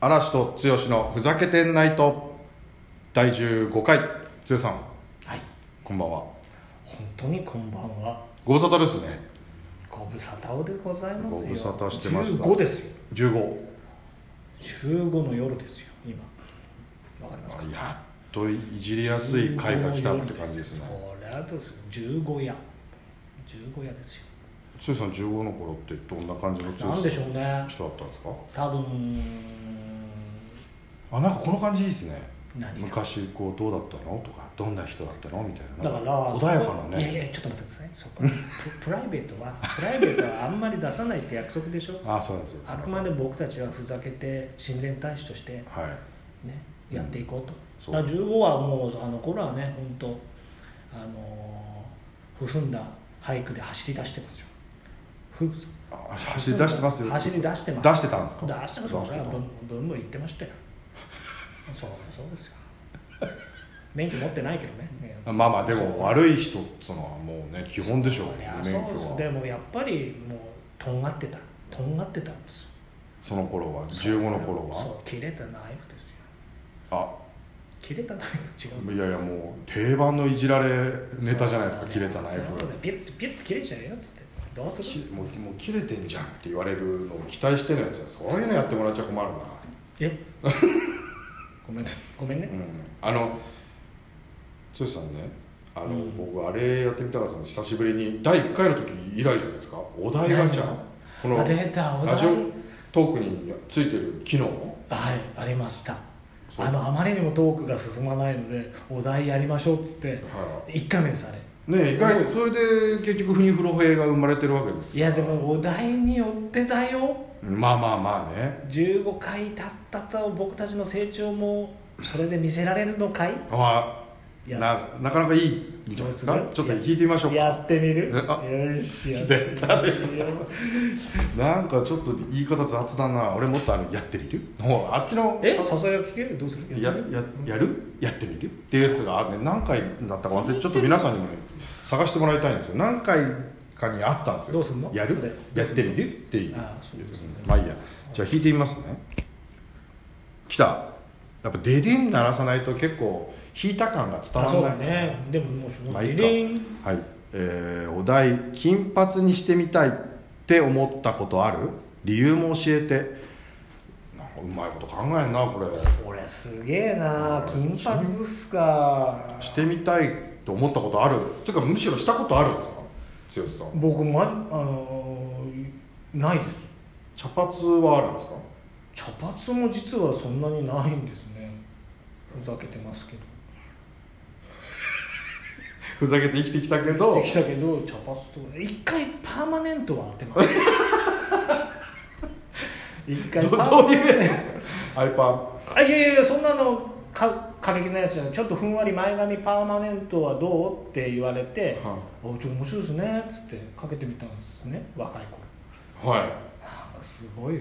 嵐と剛のふざけてんないと第15回剛さんはいこんばんは本当にこんばんはご無沙汰ですねご無沙汰をでございますよご無沙汰してました15ですよ15 15の夜ですよ今わかりますかやっといじりやすい回が来たって感じですねこれはどうですよ15夜15夜ですよ剛さん15の頃ってどんな感じの剛なんさでんし人ょうねだったんですか多分あなんかこの感じいいですね何が昔こうどうだったのとかどんな人だったのみたいなだから穏やかないやいねやちょっと待ってくださいそこププライベートはプライベートはあんまり出さないって約束でしょあそうなんですよあくまで僕たちはふざけて親善大使としてはいね、うんやっていこうと、そうだから15はもうあの頃はね本当あのー、ふんだ俳句で走り出してますよふあ走り出してますよ走り出してます出してたんですか出してますよそれは出して文文も言ってましたよそうそうですよ免許持ってないけどねねたまあまあでそうも悪い人っつうのはもうね基本でしょうそりゃ免許そうですではもやっぱりもうとんがってたとんがってたんですよその頃は15の頃そうは切れたナイフですよあ切れたナイフ違ういやいやもう定番のいじられネタじゃないですか切れたナイフそうだねピュッピュッて切れちゃうよっつってどうするきもうもう切れてんじゃんって言われるのを期待してるやつそういうのやってもらっちゃ困るなえ ごめんごめんねう、んあの剛さんねあの、うん僕あれやってみたかったんです久しぶりに第1回の時以来じゃないですかお題ガチャ何このあ出たお題ラジオトークについてる機能はいありましたそうあのあまりにもトークが進まないのでお題やりましょうっつっては1回目ですあれいね意外とそれで結局ふにふろへが生まれてるわけですいやでもお題によってだよまあまあまあね15回経ったと僕たちの成長もそれで見せられるのかいあいやななかなかいいんじゃないですかどうするちょっと聞いてみましょうやかってみるえあよしやって出たみるよなんかちょっと言い方雑だな俺もっとあのやってみるのあっちのえあささやき聞けるどうするやややるやってみるっていうやつがあって何回だったか忘れちょっと皆さんにもね探してもらいたいんですよ何回かにあったんですよどうすんのやそれるやってみるっていうああそうですねまあいいやじゃあ弾いてみますね来たやっぱデデン鳴らさないと結構弾いた感が伝あわそうらなだいねでももうそまのあいリいかレーンはいえーお題「金髪にしてみたいって思ったことある?」理由も教えてなんかうまいこと考えんなこれ。俺すげえな金髪っすかしてみたいと思ったことあるっていうかむしろしたことあるんですか剛さん僕まあのないです茶髪はあるんですか茶髪も実はそんなにないんですねふざけてますけどふざけて生きてきたけどできたけど茶髪とか一回パーマネントは当てます 一回どパーどマうネいうンやつアイパトあいやいやいやそんなのか過激なやつじゃないちょっとふんわり前髪パーマネントはどうって言われて「はあちょっと面白いですね」っつってかけてみたんですね若い頃ンはなんかすごいよ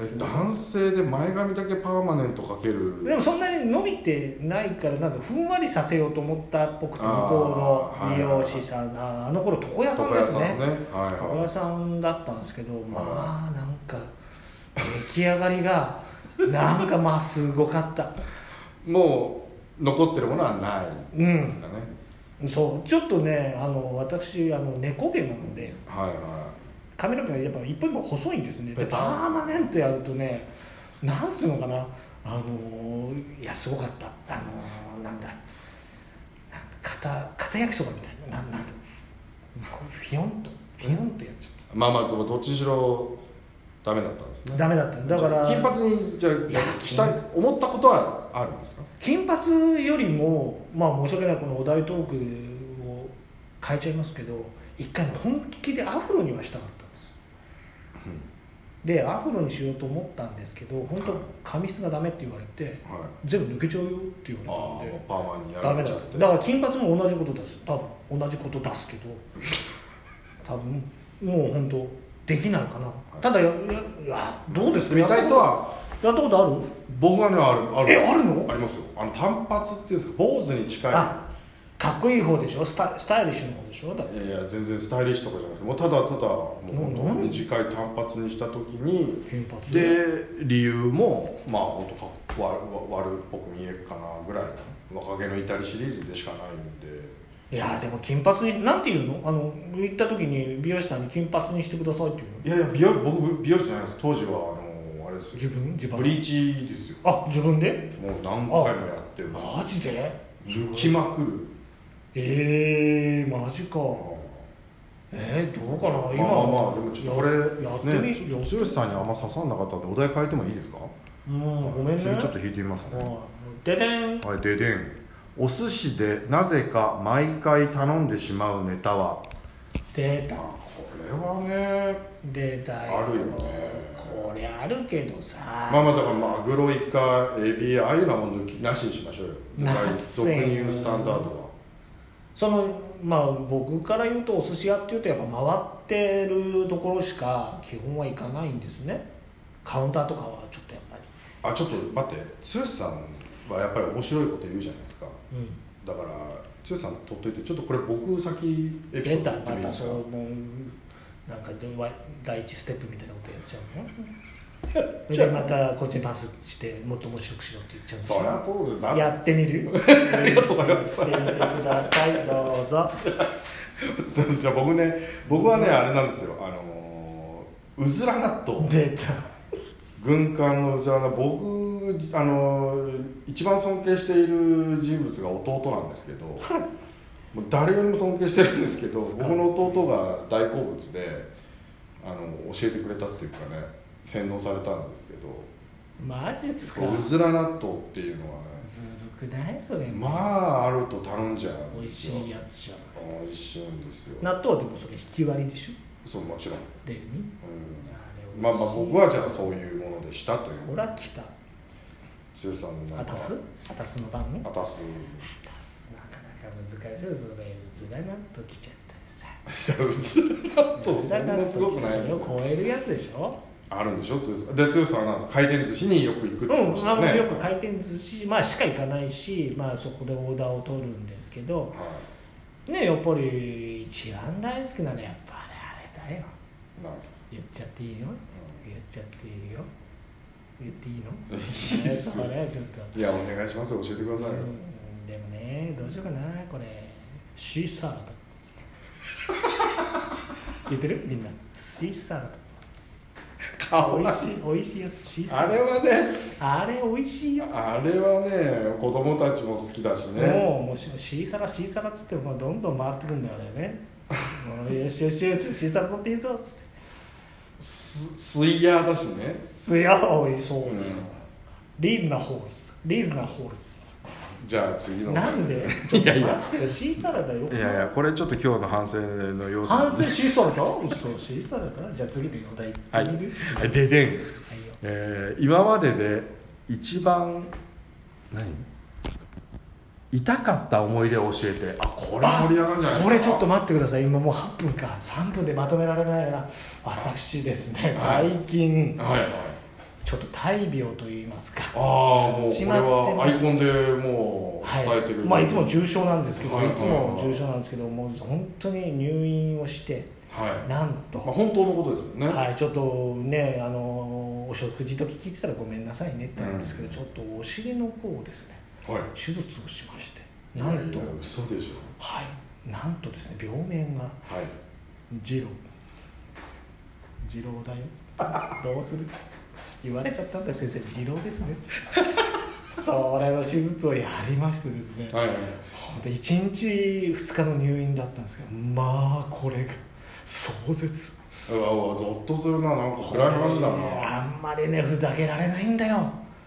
いすえごい男性で前髪だけパーマネントかけるでもそんなに伸びてないからなんかふんわりさせようと思ったっぽくて向あーこうのはい美容師さんあーあの頃床屋さん床で屋すさんね床は屋さんだったんですけどまあなんか出来上がりがなんかまあすごかったいもう残ってるものはないうんですかね、そうちょっとねあの私あの猫毛なのではいは髪の毛がやっぱ一本一本細いんですねでペタパンーマネントやるとねなんつうのかなあのーいやすごかったあのーなんだなんだ片片焼きそばみたいななんなんだこうフィヨンとフィヨンとやっちゃっいまあまあでもどっちにしろダメだったんですたねダメだっただからじゃあ金髪にじゃいやあしたい思ったことはあるんですか金髪よりもまあ申し訳ないこのお題トークを変えちゃいますけど一回ね本気でアフロにはしたかったんです、でアフロにしようと思ったんですけど本はい当髪質がダメって言われてはい全部抜けちゃうよってあー言われたんもでうパーマにやダらメれちだゃっったてだから金髪も同じことです多分同じこと出すけ ど多分もう本当できないかな、いただいやいやどうですかみたいとはやったことある僕はねあるあるえあるのありますよあの短髪っていうんですか坊主に近いあかっこいい方でしょスタスタイリッシュの方でしょだっていやいや全然スタイリッシュとかじゃなくてもうただただもうな本当に短い単発にした時に変発で理由もまあ本当かっこ悪悪っぽく見えるかなぐらいの若気の至りシリーズでしかないんでいやでも金髪になんていうのあの行った時に美容師さんに金髪にしてくださいっていういやいやの美容僕美容師じゃないです当時はあのあれです自よ分自分ブリーチですよあ自分でもう何回もやってるマジで抜きまくるええー、マジかえー、どうかな今まあまあまあでもちょっとこれややってみねよう、剛さんにあんま刺さんなかったんでお題変えてもいいですかうんごめんねそれちょっと引いてみますねはいででんはい、ででん。お寿司でなぜか毎回頼んでしまうネタは。出たこれはね。出たあるよねこれあるけどさまあまあだからマグロイカエビああいうのはもう抜きなしにしましょうよ。だからなし俗に言うスタンダードは。そのまあ僕から言うとお寿司屋っていうとやっぱ回ってるところしか基本は行かないんですねカウンターとかはちょっとやっぱあちょっと待って剛さんはやっぱり面白いこと言うじゃないですか。り、うん、だから剛さん取っといてちょっとこれ僕先エピソ出ードた言ってもいまいたですそか。うもうなんかでわ第一ステップみたいなことやっちゃじゃうあ のでまたこっちにパスしてもっと面白くしろって言っちゃうんでしそりゃょそうだ やってみるありがとうございますやってみてくださいどうぞすいませんじゃあ僕ね僕はねあれなんですよあのーうずら納豆出た軍艦のうずら納豆僕あのー一番尊敬している人物が弟なんですけ どもう誰よりも尊敬してるんですけど僕の弟が大好物であの教えてくれたっていうかね洗脳されたんですけどマジっすかそううずら納豆っていうのはねずるくないそれまああると頼んじゃうん美で味すしよいやつじゃん美味しいんですよ納豆はでもそれ引き割りでしょそうもちろん、だよねうん、あれまあまあ僕はじゃあそういうものでしたというほら来た剛さんのなあんかたすあたすの番ねあたすあたすなかなか難しいよそれうずら納豆来ちゃったうずら納豆らさそんなすごくないですよね超えるやつでしょあるんでしょ剛さんで剛さんはなんか回転寿司によく行くうっんて言ってましたあよのねよく回転寿司まあしか行かないしまあそこでオーダーを取るんですけどはねやっぱり一番大好きなのはやっぱあれあれだよいなんですか言っちゃっていいの言っちゃっていいよ言ってい いのいいっすよそれはちょっといやお願いします教えてくださいようんでもねどうしようかなこれシーサ ーだ言ってるみんなシーサー顔美が味しい美味しいやつシーサーあれはねあれ美味しいよあれはね子供たちも好きだしねもうもうシシーサラシーサラっつってもうどんどん回ってくんだよあれねもうよしよしよしシーサラ取っていいぞっつってすスイヤーだしねすよ美味しそうだよ、うんリーズナホールスリーズナホールスじゃあ次のなんでいやいやちょっと待ってシーサラだよいやいやこれちょっと今日の反省の様子反省しそうだろそうしそうだからじゃあ次でお題はいいるはいででんはいよえー今までで一番何痛かった思い出を教えてあこれ盛り上がるんじゃないですかこれちょっと待ってください今もう8分か3分でまとめられないな私ですねはい最近はいはいちょっと大病といいますかああもうこしれまってはまアすイコンでもう伝えてくる、はいまあ、いつも重症なんですけど、はいいつも重症なんですけどもう本当に入院をしてはい、まなんあ、と、本当のことですもんね、はい、ちょっとねあのお食事と聞いてたらごめんなさいねって言うんですけど、うんちょっとお尻の方をですねはい手術をしましてなんといやいや嘘でしょはいなんとですね病名がはい次郎次郎だよ どうする言われちゃったんだよ先生次郎ですね それの手術をやりましてですねはいはい本当1日2日の入院だったんですけどまあこれが壮絶うわうわゾッとするななんか暗い話だな、あんまりねふざけられないんだよ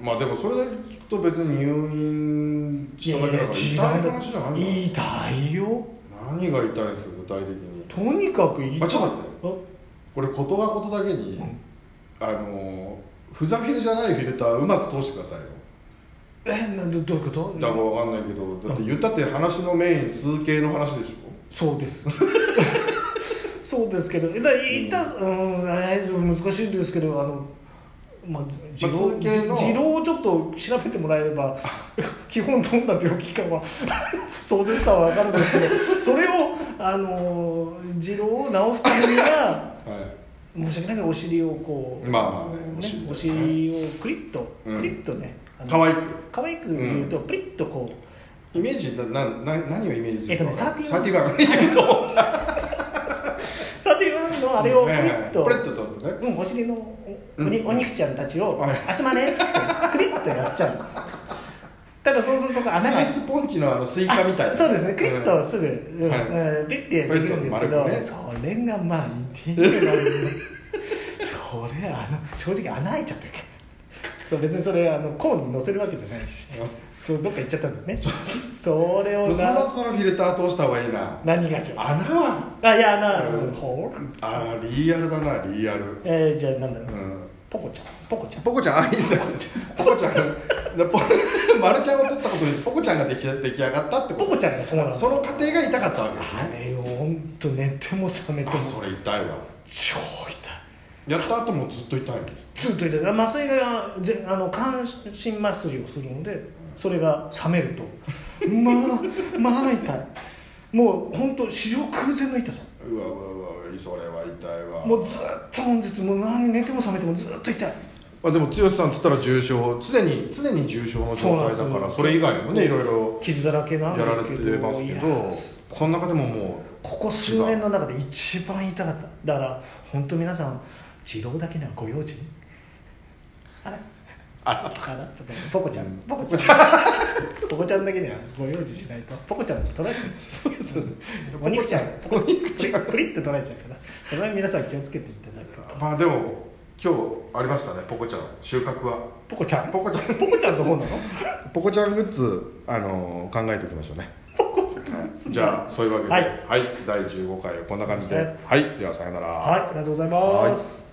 まあでもそれだけ聞くと別に入院しただけだから痛い話じゃないいんだい痛いよ何が痛いんですか具体的にとにかく痛いあちょっと待ってあこれことがことだけに、うんあのーふざけるじゃないフィルターうまく通してくださいよえなんどどういうことだからわかんないけどだって言ったって話のメイン通形の話でしょそうです そうですけどだいた、うん、大丈夫難しいんですけどあのままああ、持論続けの持論をちょっと調べてもらえ れば基本どんな病気かは 壮絶さは分かるんですけどそれをあの持論を治すためにははい申し訳ないけどお尻をこう、まあまあねおね尻おで尻をクリッと、うんクリッとねあの可愛く可愛く言うと、プリッとこうイメージななな何をイメージするえっとねサーティワンがいると思ったサティワンのあれをプリはいッと、はい プリッと取るとねうん、お尻のおおにうんお肉ちゃんたちをは集まれっつってクリッとやっちゃうのただそうするとこう穴がナイツポンチのあのスイカみたいなあそうですねクリッとすぐ、うんはいうんピッてできるんですけど、クリッとそれがまあいいけど それあの正直穴開いちゃってるそう別にそれあのコーンに乗せるわけじゃないしそうどっか行っちゃったんだよねそれうをんそろなそろフィルター通した方がいいな何がじゃ穴はあいやな、うんほうあーリアルだなリアルえー、じゃあなんだろう、うんポコちゃんポコちゃんポコちゃんあいいですよポコちゃんでポマルちゃんを取ったことにポコちゃんが出来出来上がったってこポとコちゃんがそうなんですその過程が痛かったわけですあねれよ本当寝ても覚めてもあそれ痛いわ超痛いやった後もずっと痛いんですずっと痛い麻酔がぜあの関心麻酔をするのでそれが覚めるとまあ まあ痛いもう本当史上空前の痛さうわうわうわそれは痛いわもうずっと本日もう何寝ても覚めてもずっと痛いまあ、でも剛さんっつったら重症常に常に重症の状態だそうかなんらですよそれ以外もねいろいろ傷だらけなんでやられすけどてますけいやどその中でももここ数年の中で一番痛かっただから本当皆さん治療だけにはご用心あれあれかなちょっとポコ ちゃんポコちゃんポコちゃんだけにはご用心しないとポコちゃんも取られちゃうそうですお肉ちゃんうお肉ちゃんクリッて取られちゃうからそれは皆さん気をつけていただくとまあでも今日ありましたねポコちゃん収穫はポコちゃんポコちゃんポコちゃんどこなのポコちゃんグッズ、あのー考えておきましょうねはいじゃあそういうわけでははいい、第15回はこんな感じで、ねはいではさようならはいありがとうございます、は